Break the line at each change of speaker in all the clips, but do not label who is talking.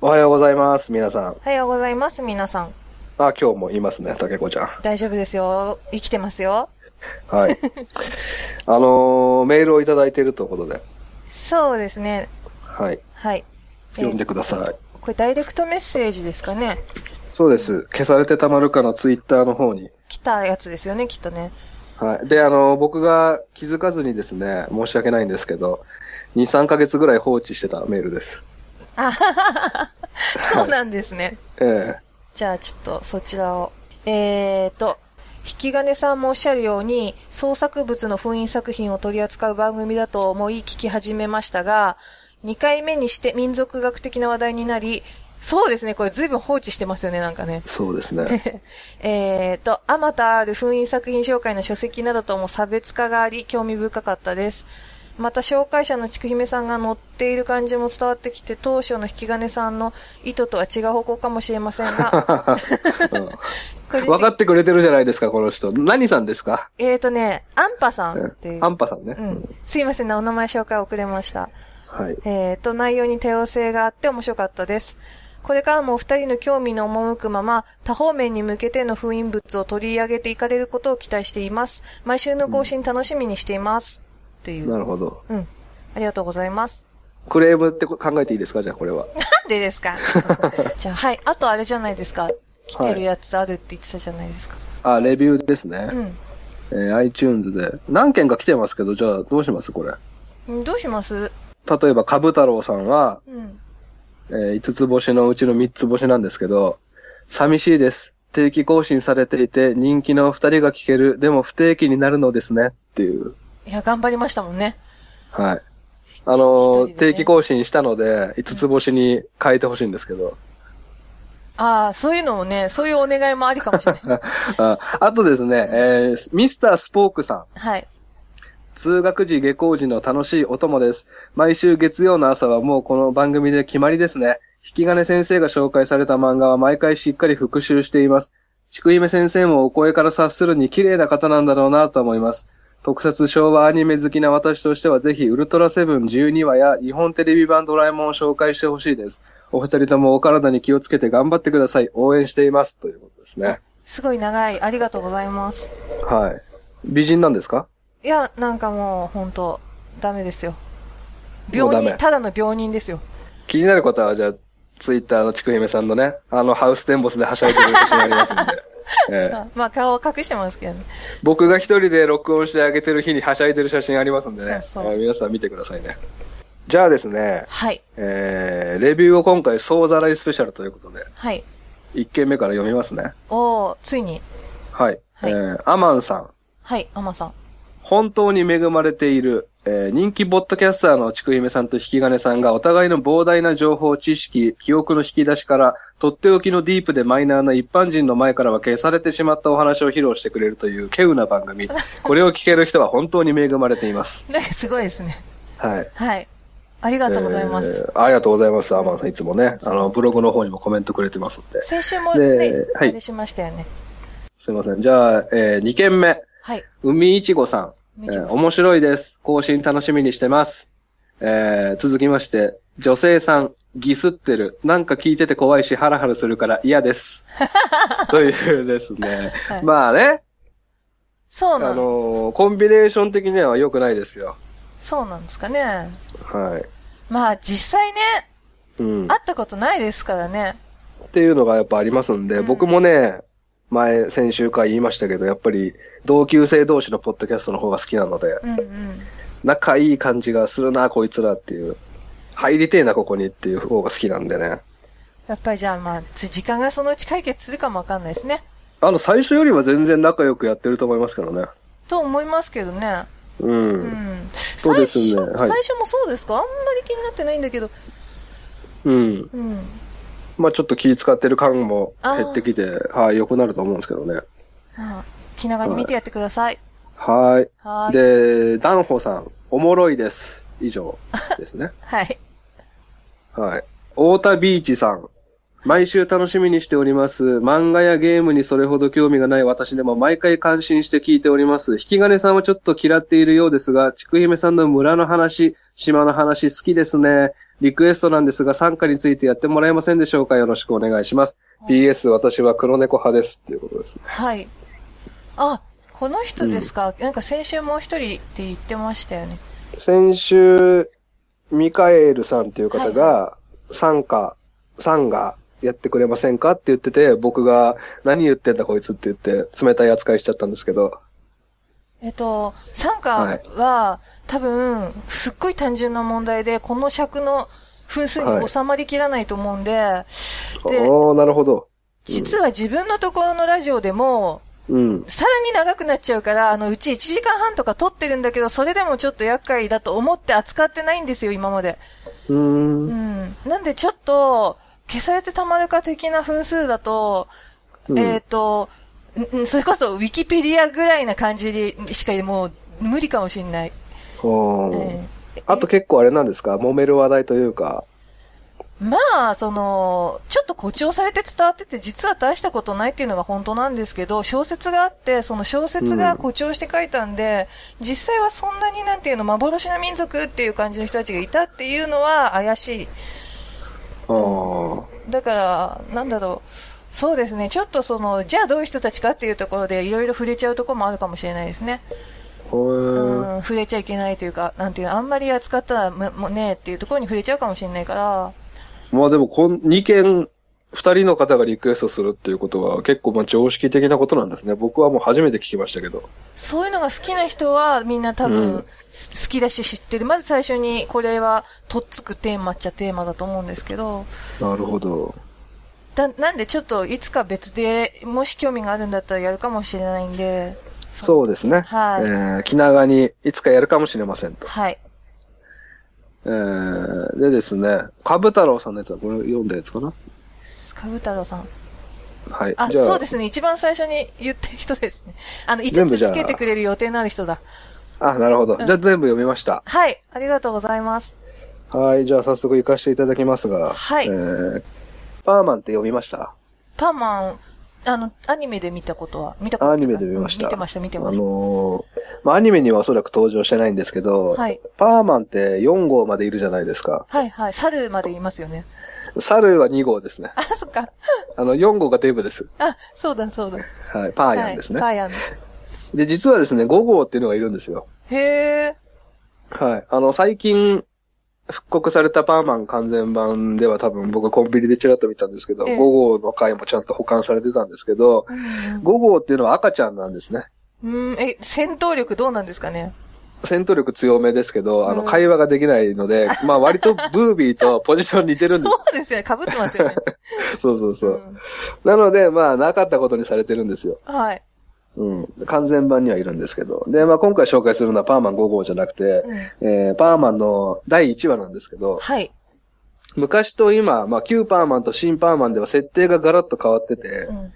おはようございます、皆さん。
おはようございます、皆さん。
あ、今日もいますね、竹子ちゃん。
大丈夫ですよ。生きてますよ。
はい。あのーメールをいただいているということで、
そうですね。
はい。
はい。
読んでください。
これ、ダイレクトメッセージですかね。
そうです。消されてたまるかのツイッターの方に。
来たやつですよね、きっとね。
はい。で、あのー僕が気づかずにですね、申し訳ないんですけど、2、3ヶ月ぐらい放置してたメールです。
あはははそうなんですね。
ええ
じゃあ、ちょっと、そちらを。えーと、引き金さんもおっしゃるように、創作物の封印作品を取り扱う番組だと思い聞き始めましたが、2回目にして民族学的な話題になり、そうですね、これ随分放置してますよね、なんかね。
そうですね。
えーと、あまたある封印作品紹介の書籍などとも差別化があり、興味深かったです。また、紹介者のちくひめさんが乗っている感じも伝わってきて、当初の引き金さんの意図とは違う方向かもしれませ んが、個
分か
人的
ってくれてるじゃないですか、この人。何さんですか
えーとね、アンパさんって
う
い
ん
う。
アンパさんね。
う
うん
ん。すいませんね、お名前紹介遅れました。
はい。
えーと、内容に多様性があって面白かったです。これからもお二人の興味の赴くまま、多方面に向けての封印物を取り上げていかれることを期待しています。毎週の更新楽しみにしています。とい
な
う。
るほど。
うん。ありがとうございます。
クレームってこ考えていいですかじゃあこれは。
なんでで すかじゃあ、はい。あとあれじゃないですか。来てるやつあるって言ってたじゃないですか。
あ、レビューですね。
う
えー iTunes で。何件か来てますけど、じゃあどうしますこれ。
ん。どうします
例えば、株太郎さんは、
うん。
え5つ星のうちの3つ星なんですけど、寂しいです。定期更新されていて、人気のお二人が聞ける、でも不定期になるのですね。っていう。
いや、頑張りましたもんね。
はい。あのー
一人でね
定期更新したので、5つ星に変えてほしいんですけど。
ああ、そういうのもね、そういうお願いもありかもしれない。
ああとですね、えーミスタースポークさん。
はい。
通学時、下校時の楽しいお供です。毎週月曜の朝はもうこの番組で決まりですね。引き金先生が紹介された漫画は毎回しっかり復習しています。ちくひめ先生もお声から察するに綺麗な方なんだろうなと思います。特撮昭和アニメ好きな私としてはぜひウルトラセブン12話や日本テレビ版ドラえもんを紹介してほしいです。お二人ともお体に気をつけて頑張ってください。応援しています。ということですね。
すごい長い。ありがとうございます。
はい。美人なんですか
いや、なんかもう、本当ダメですよ。
もう
病
ダメ
人、ただの病人ですよ。
気になる方は、じゃあ、ツイッターのちくひめさんのね、あの、ハウステンボスではしゃいでる写真あり ますんで。ええ
あまあ、顔を隠してますけどね。
僕が一人で録音してあげてる日にはしゃいでる写真ありますんでね。
そうそう
ええ皆さん見てくださいね。じゃあですね、
はい。
えー、レビューを今回総ざらいスペシャルということで、
はい。
1件目から読みますね。
おー、ついに。
はい。
はい
えー、アマンさん。
はい、アマさん。
本当に恵まれている、えー人気ボッドキャスターのちくひめさんと引き金さんがお互いの膨大な情報、知識、記憶の引き出しから、とっておきのディープでマイナーな一般人の前からは消されてしまったお話を披露してくれるという、稀有な番 組。これを聞ける人は本当に恵まれています。
なんかすごいですね。
はい。あり
はい。ありがとうございます。
ありがとうございます、アーマンさん。いつもね、あの、ブログの方にもコメントくれてますんで。
先週もね、
で
あ
はい
れしましたよね。
すいません。じゃあ、え2件目。
はい。
海いちごさん。
海いちごさん
えー面白いです。更新楽しみにしてます。えー続きまして、女性さん、ギスってる。なんか聞いてて怖いし、ハラハラするから嫌 です。というですね。
はい
まあね、
そう
あ
なの。
のーコンビネーション的には良くないですよ。
そうなんですかね。
はい。
まあ、実際ね、
うん。
会ったことないですからね。
っていうのがやっぱありますんで、
うん
僕もね、前、先週から言いましたけど、やっぱり、同級生同士のポッドキャストの方が好きなので、
うんうん。
仲いい感じがするな、こいつらっていう。入りてえな、ここにっていう方が好きなんでね。
やっぱりじゃあまあ、つ時間がそのうち解決するかもわかんないですね。
あの、最初よりは全然仲良くやってると思いますけどね。
と思いますけどね。
うん。
うん。
そうですね
最初、
はい
最初もそうですかあんまり気になってないんだけど。
うん。
うん。
まあちょっと気使ってる感も減ってきて、はい、良くなると思うんですけどね。
まあ気長に見てやってください。
はい。
はーい。
で、ダンホさん、おもろいです。以上ですね。
はい。
はい。太田ビーチさん。毎週楽しみにしております。漫画やゲームにそれほど興味がない私でも毎回感心して聞いております。引き金さんはちょっと嫌っているようですが、ちくひめさんの村の話、島の話好きですね。リクエストなんですが、参加についてやってもらえませんでしょうかよろしくお願いします。
はい
PS、私は黒猫派です。っていうことです。
はい。あ、この人ですか、なんか先週もう一人って言ってましたよね。
先週、ミカエルさんっていう方が、参加、参加やってくれませんかって言ってて、僕が、何言ってんだこいつって言って、冷たい扱いしちゃったんですけど、
えっと、参加は、多分、すっごい単純な問題で、この尺の分数に収まりきらないと思うんで、で
おー、なるほど。
実は自分のところのラジオでも、
うん。
さらに長くなっちゃうから、あの、うち1時間半とか撮ってるんだけど、それでもちょっと厄介だと思って扱ってないんですよ、今まで。
うー。
うんん。なんでちょっと、消されてたまるか的な分数だと、
うん
えっ、と、んんそれこそウィキペディアぐらいな感じでしかもう無理かもしんない。
おー
ええ
あと結構あれなんですか揉める話題というか。
まあ、その、ちょっと誇張されて伝わってて、実は大したことないっていうのが本当なんですけど、小説があって、その小説が誇張して書いたんで、実際はそんなになんていうの、幻の民族っていう感じの人たちがいたっていうのは怪しい。
あー
だから、なんだろう。そうですね。ちょっとその、じゃあどういう人たちかっていうところで、いろいろ触れちゃうところもあるかもしれないですね。
ほー
うん、触れちゃいけないというか、なんていうの、あんまり扱ったら、むもうねえっていうところに触れちゃうかもしれないから、
まあでも、こん、2件、2人の方がリクエストするっていうことは結構まあ常識的なことなんですね。僕はもう初めて聞きましたけど。
そういうのが好きな人はみんな多
う
分
ん
す好きだし知ってる。まず最初にこれはとっつくテーマっちゃテーマだと思うんですけど、
なるほど。
だなんでちょっといつか別で、もし興味があるんだったらやるかもしれないんで、う。
そうですね。
はい
えー気長にいつかやるかもしれませんと。
はい。
えー、でですね、かぶ太郎さんのやつはこれ読んだやつかな
かぶ太郎さん。
はい。
あ、
じゃあ、
そうですね。一番最初に言ってる人ですね。あの、5
全部
つ
じゃ
つ
あ
けてくれる予定のある人だ。
あ、なるほど。じゃあ全部読みました。
はい。ありがとうございます。
はい。じゃあ早速行かせていただきますが。
はい
えー、パーマンって読みました
パーマン、あの、アニメで見たことは、見たこと
アニメで見ました。
見てました、見てまし
あのーまあ、アニメにはおそらく登場してないんですけど、
はい
パーマンって4号までいるじゃないですか。
た。はいはい。猿までいますよね。
猿は2号ですね。
あ、そっか。
あの、4号がデブです。
あ、そうだ、そうだ。
はい。パーヤンですね。
はい、パーヤン。
で、実はですね、5号っていうのがいるんですよ。
へえ。
はい。あの、最近、復刻されたパーマン完全版では多分僕はコンビニでちらっと見たんですけど、
ええ
5号の回もちゃんと保管されてたんですけど、5号っていうのは赤ちゃんなんですね。
うん、うんえ、戦闘力どうなんですかね
戦闘力強めですけど、あ
う
の、
ん
会話ができないので、まあ割とブービーとポジション似てるんで
そうですよね。被ってますよね。
す。そう そうそうう。
ん
なので、まあなかったことにされてるんですよ。
はい。
うん。完全版にはいるんですけど。で、まあ今回紹介するのはパーマン5号じゃなくて、えーパーマンの第1話なんですけど、
はい。
昔と今、まあ旧パーマンと新パーマンでは設定がガラッと変わってて、
うん。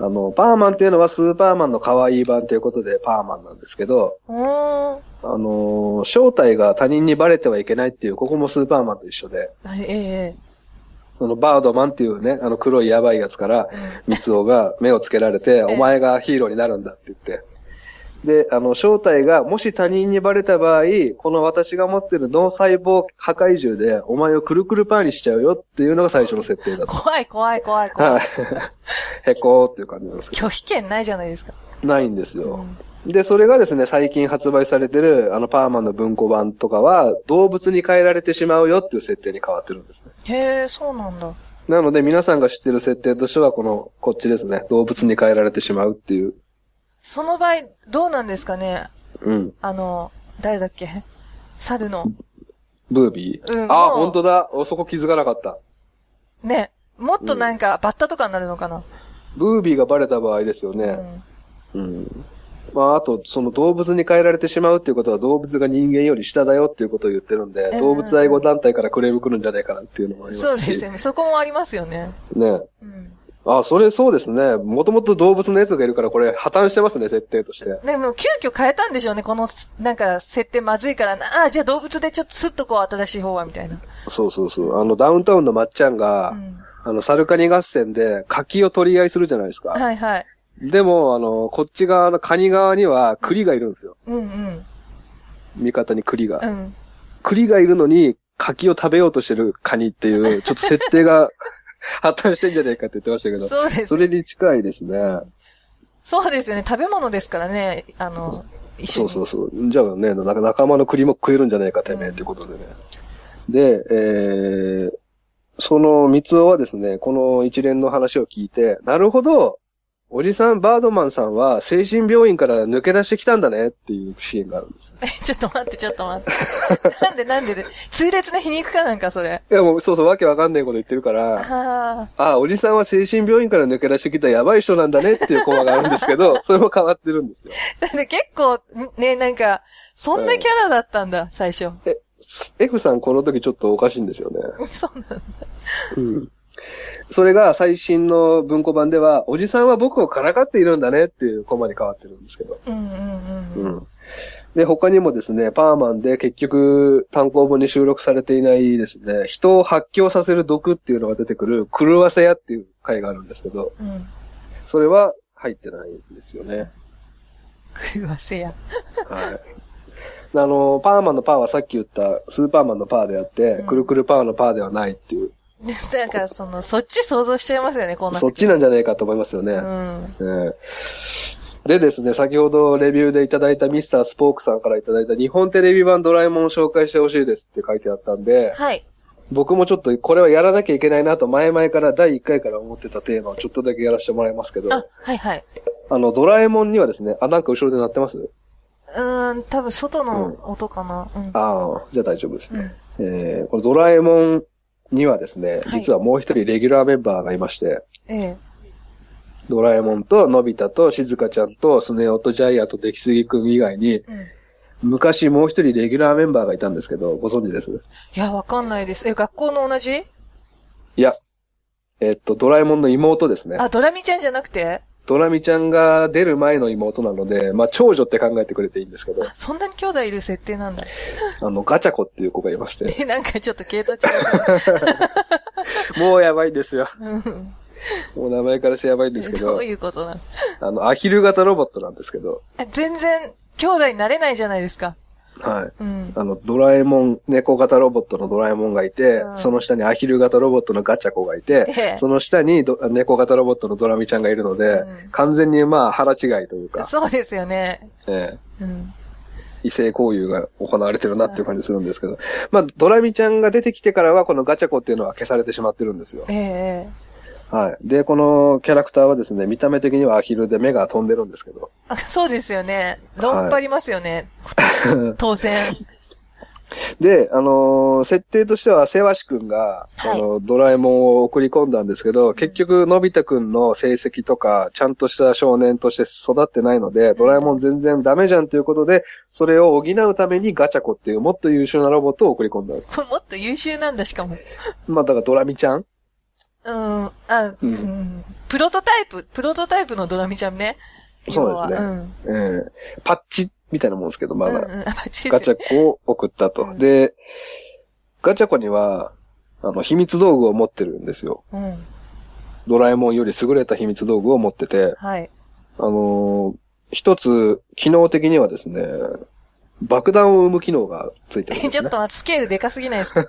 あの、パーマンっていうのはスーパーマンの可愛い版ということでパーマンなんですけど、
うーん。
あのー正体が他人にバレてはいけないっていう、ここもスーパーマンと一緒で、
あれえ
そのバードマンっていうね、あの黒いやばいやつから
え、え
ミツオが目をつけられて、
え
お前がヒーローになるんだって言って。で、あの、正体が、もし他人にバレた場合、この私が持ってる脳細胞破壊銃で、お前をくるくるパーにしちゃうよっていうのが最初の設定だ
え
と。
怖い、怖い、怖い、怖い。
はい。へこーっていう感じなんですけ
拒否権ないじゃないですか。
ど。ないんです
う
よ。
ん
で、それがですね、最近発売されてる、あの、パーマンの文庫版とかは、動物に変えられてしまうよっていう設定に変わってるんですね。
へえ、そうなんだ。
なので皆さんが知ってる設定としては、この、こっちですね。動物に変えられてしまうっていう。
その場合、どうなんですかね
うん。
あの、誰だっけ猿の。
ブービー。
うん
あ、
もう
本当だ。おそこ気づかなかった。
ね。もっとなんか、バッタとかになるのかな、
ブービーがバレた場合ですよ
う
ね。う
ん、
ん。まあ、あと、その動物に変えられてしまうっていうことは動物が人間より下だよっていうことを言ってるんで、
うん
動物愛護団体からクレーム来るんじゃないかなっていうのもありますし。
そうですよね。そこもありますよね。
ね。
うん。
あ、それそうですね。もともと動物のやつがいるからこれ破綻してますね、設定として。
でも、急遽変えたんでしょうね。この、なんか、設定まずいから、ああ、じゃあ動物でちょっとスッとこう、新しい方は、みたいな。
そうそうそう。あの、ダウンタウンのまっちゃんが、
うん。
あの、サルカニ合戦で柿を取り合いするじゃないですか。
はいはい。
でも、あの、こっち側のカニ側には栗がいるんですよ。
うんうん。
味方に栗が。
うん。
栗がいるのに、柿を食べようとしてるカニって いう、ちょっと設定が 発端してんじゃねえかって言ってましたけど、
そうです
それに近いですね。
そうですよね。食べ物ですからね。あの、一緒
そ
に。
うそうそう。じゃあね、なんか仲間の栗も食えるんじゃねえか、てめえってことでね。で、えー、その三つはですね、この一連の話を聞いて、なるほど、おじさん、バードマンさんは精神病院から抜け出してきたんだねっていうシーンがあるんです。
え ちょっと待って、ちょっと待って。なんでなんでで、痛烈な皮肉かなんか、それ。
いやもうそうそう、わけわかんないこと言ってるから、
あ
ああ、おじさんは精神病院から抜け出してきたやばい人なんだねっていうコマがあるんですけど、それも変わってるんですよ。
あ。だって結構、ね、なんか、そんなキャラだったんだ、最初。
え、F さんこの時ちょっとおかしいんですよね。
そうなの。
うん。それが最新の文庫版では、おじさんは僕をからかっているんだねっていうコマに変わってるんですけど。
うんうんうん。
うん。で、他にもですね、パーマンで結局単行本に収録されていないですね、人を発狂させる毒っていうのが出てくる、狂わせ屋っていう回があるんですけど、
うん。
それは入ってないんですよね。
食わせや。
はい。あの、パーマンのパーはさっき言ったスーパーマンのパーであって、
うん
くるくるパーのパーではないっていう、
なんか、その、そっち想像しちゃいますよね、こうな
そっちなんじゃないかと思いますよね。
うん。
えーでですね、先ほどレビューでいただいたミスタースポークさんからいただいた日本テレビ版ドラえもんを紹介してほしいですって書いてあったんで、
はい。
僕もちょっとこれはやらなきゃいけないなと前々から第1回から思ってたテーマをちょっとだけやらせてもらいますけど、
あ
あ、
はいはい。
の、ドラえもんにはですね、あ、なんか後ろで鳴ってます
うーん、多分外の音かな。うん。
ああ、じゃあ大丈夫です
う
ね。
ん
えーこのドラえもんにはですね、
はい
実はもう一人レギュラーメンバーがいまして、
ええ。
ドラえもんとのび太としずかちゃんとスネ夫とジャイアンと出来すぎくん以外に、
うん。
昔もう一人レギュラーメンバーがいたんですけど、ご存知です
いや、わかんないです。え、学校の同じ
いや、えっと、ドラえもんの妹ですね。
あ、ドラミちゃんじゃなくて
ドラミちゃんが出る前の妹なので、まあ、長女って考えてくれていいんですけど
あ、、そんなに兄弟いる設定なんだ。
あの、ガチャコっていう子がいま して、
え、なんかちょっと系統 違
もうやばいんですよ。
ううん。
もう名前からしてやばいんですけ
ど
ど
う、いうことなの
あの、アヒル型ロボットなんですけど、
あ全然、兄弟になれないじゃないですか。
はい。
うん。
あの、ドラえもん、猫型ロボットのドラえもんがいて、
うん
その下にアヒル型ロボットのガチャコがい
え
て
え、
その下にど猫型ロボットのドラミちゃんがいるので、
うん
完全にまあ腹違いというか、
そうですよね。
ええ
うん。
異性交友が行われてるなっていう感じするんですけど、まあ、ドラミちゃんが出てきてからは、このガチャコっていうのは消されてしまってるんですよ。
ええ。
はい。で、このキャラクターはですね、見た目的にはアヒルで目が飛んでるんですけど、
あそうですよね。論張ります よね。当然。
で、あのー設定としては、セワシ君が、
はい
あの、ドラえもんを送り込んだんですけど、結局、のび太君の成績とか、ちゃんとした少年として育ってないので、ドラえもん全然ダメじゃんということで、それを補うためにガチャコっていうもっと優秀なロボットを送り込んだんです。
これもっと優秀なんだ、しかも。
まあ、だからドラミちゃん
うん。あ、う
うん
ん。プロトタイプ、プロトタイプのドラミちゃんね。
そうですね
要はうん。
ええパッチみたいなもんですけど、まあ、
うんうん、あ、バッチリ
ガ
で
チ
す
ャコを送ったと。
うん
で、ガチャコには、あの、秘密道具を持ってるんですよ。
うん。
ドラえもんより優れた秘密道具を持ってて、
はい。
あのー一つ、機能的にはですね、爆弾を生む機能がついてるん
え、
で
ち
す
ょっ
ね。
と待って、スケールでかすぎないですか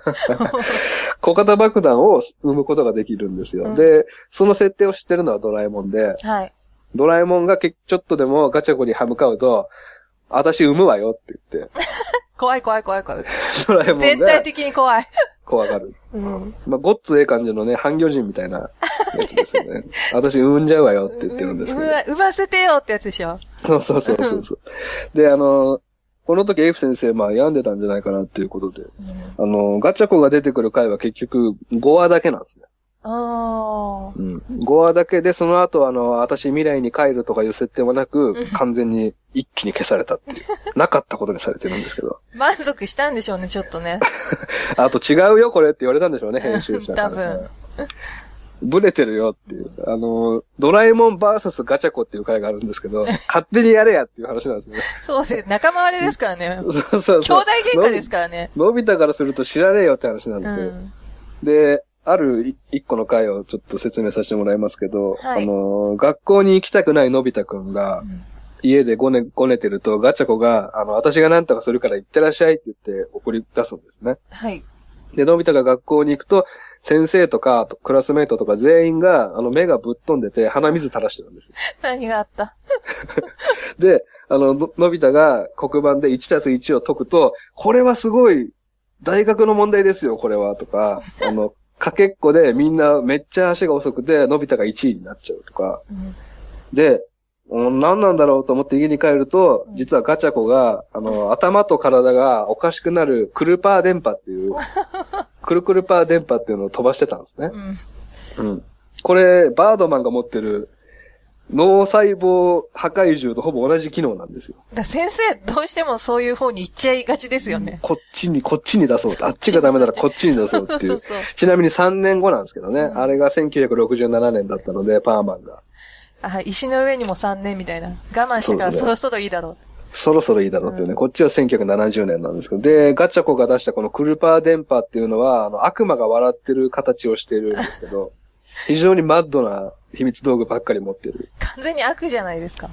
小型爆弾を生むことができるんですよ。
うん
で、その設定を知ってるのはドラえもんで、
はい。
ドラえもんがけちょっとでもガチャコに歯向かうと、私産むわよって言 って、
怖い怖い怖い怖い。
ドラえもん
全体
が
的に怖い。
怖がる。
うん。
まあ、ごっつええ感じのね、半魚人みたいなやつですよ ね。私、産んじゃうわよって言ってるんですけ
ううわ、産ませてよってやつでしょ。
ど。そうそうそうそう そう。で、あの、この時、エイフ先生、まあ、病んでたんじゃないかなっていうことで、
うん、
あの、ガチャコが出てくる回は結局、5話だけなんですね。
あ
うん。5話だけで、その後、あの、私未来に帰るとかいう設定はなく、完全に一気に消されたっていう。 なかったことにされてるんですけど。
ー満足したんでしょうね、ちょっとね。
あと違うよ、これって言われたんでしょうね、編集者から、
多分
ブレてるよっていう。あの、ドラえもんバーサスガチャコっていう回があるんですけ ど、勝手にやれやっていう話なんですね。
そうです。仲間割れですからね。
そうそう
兄
そう。
弟喧嘩ですからね。
のびのび太からすると知らねえよって話なんで
う
すけど。
ん。
で、あるい一個の回をちょっと説明させてもらいますけど、
はい
あの、学校に行きたくないのび太くんが、家でごね、ごねてると、ガチャコが、あの、私が何とかするから行ってらっしゃいって言って送り出すんですね。
はい。
で、のび太が学校に行くと、先生とか、クラスメイトとか全員が、あの、目がぶっ飛んでて、鼻水垂らしてるんですよ。
何があった
で、あの、ののび太が黒板で1たす1を解くと、これはすごい、大学の問題ですよ、これは、とか、あの、かけっこでみんなめっちゃ足が遅くて、のび太が1位になっちゃうとか。
うん。
で、うん何なんだろうと思って家に帰ると、実はガチャコが、あの、頭と体がおかしくなるクルパー電波っていう、クルクルパー電波っていうのを飛ばしてたんですね。
うん。
うん。これ、バードマンが持ってる脳細胞破壊銃とほぼ同じ機能なんですよ。
だ先生、どうしてもそういう方に行っちゃいがちですよね。
こっちに、こっちに出そう。あっちがダメならこっちに出そうってい
そうう。そうそう。
ちなみに3年後なんですけどね。
うん
あれが1967年だったので、パーマンが。
あ、石の上にも3年みたいな。我慢してか
そうで
ら
すね
そろそろいいだろう。
そろそろいいだろうっていうね。
うん
こっちは1970年なんですけど。で、ガチャコが出したこのクルパー電波っていうのは、あの、悪魔が笑ってる形をしてるんですけ ど、非常にマッドな秘密道具ばっかり持ってる。
完全に悪じゃないですか。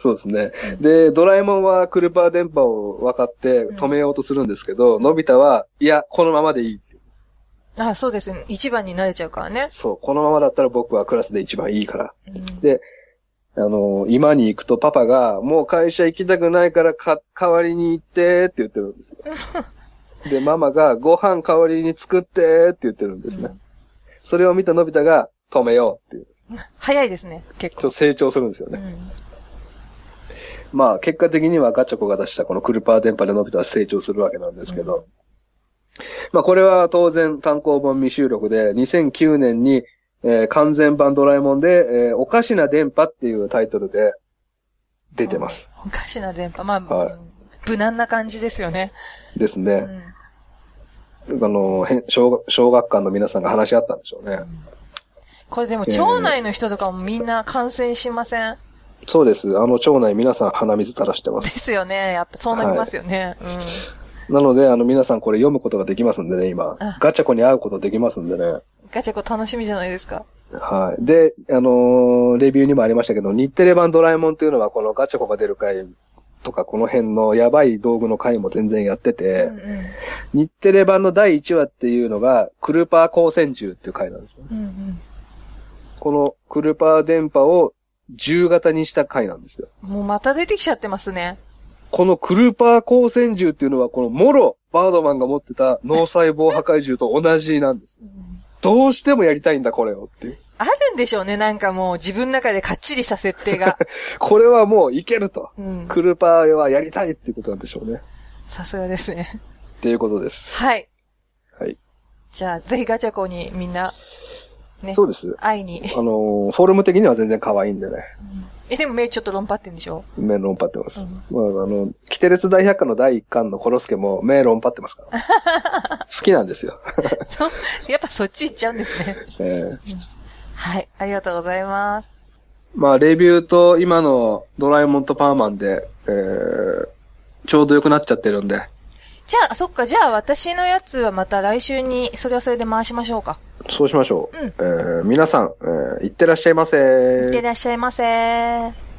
そうですね。で、ドラえもんはクルパー電波を分かって止めようとするんですけど、のび太は、いや、このままでいいって言うんです。
あ、そうですね。一番になれちゃうからね。
そう、このままだったら僕はクラスで一番いいから。
うん
で、あの、今に行くとパパが、もう会社行きたくないからか、代わりに行ってって言ってるん ですよ。で、ママが、ご飯代わりに作ってって言ってるんですね。
うん
それを見たのび太が、止めようっていう。
早いですね、結
ちょっと
構。
成長するんですよ
う
ね。
ん
まあ、結果的にはガチャコが出したこのクルパー電波でのび太は成長するわけなんですけど、
うん
まあ、これは当然単行本未収録で、2009年に、えー完全版ドラえもんで、えーおかしな電波っていうタイトルで出てます。。
おかしな電波。まあ、
はい
無難な感じですよね。
です
う
ね。
ん
あの、へん小学小学館の皆さんが話し合ったんでしょうね。
これでも、町内の人とかもみんな感染しません
そうです。あの、町内皆さん鼻水垂らしてま。
ですすよね。やっぱそうなりますよね。うん。
なので、あの、皆さんこれ読むことができますんでね、今
あ。
ガチャコに会うことできますんでね。
ガチャコ楽しみじゃないですか。
はい。で、あのーレビューにもありましたけど、日テレ版ドラえもんっていうのは、このガチャコが出る回とか、この辺のやばい道具の回も全然やってて、
うんうん
日テレ版の第1話っていうのが、クルパー光線銃っていう回なんですよ。
うんうん
このクルパー電波を銃型にした回なんですよ。
もうまた出てきちゃってますね。
このクルパー光線銃っていうのは、このモロ、バードマンが持ってた脳細胞破壊銃と同じなんです。どうしてもやりたいんだ、これをっていう。
あるんでしょうね。なんかもう自分の中でかっちりした設定 が。
これはもういけると。
うん。
クルパーはやりたいっていうことなんでしょうね。
さすがですね。
っていうことです。
はい。
はい。
じゃあ、ぜひガチャコにみんな、ね
そ、うです。
会いに。
あのーフォルム的には全然可愛いんでね。
え、でも目ちょっと論破ってんでしょ
目論んぱってます。まあ、あの、キテレツ大百科の第一巻のコロスケも目論んぱってますから。好きなんですよ。
そう。 やっぱそっち行っちゃうんですね。
ええ
はい。ありがとうございます。
まあ、レビューと今のドラえもんとパーマンで、えー、ちょうど良くなっちゃってるんで。
じゃあ、そっか。じゃあ、私のやつはまた来週に、それはそれで回しましょうか。
そうしましょう。
うん
えー皆さん、えーいってらっしゃいませ。
いってらっしゃいませ。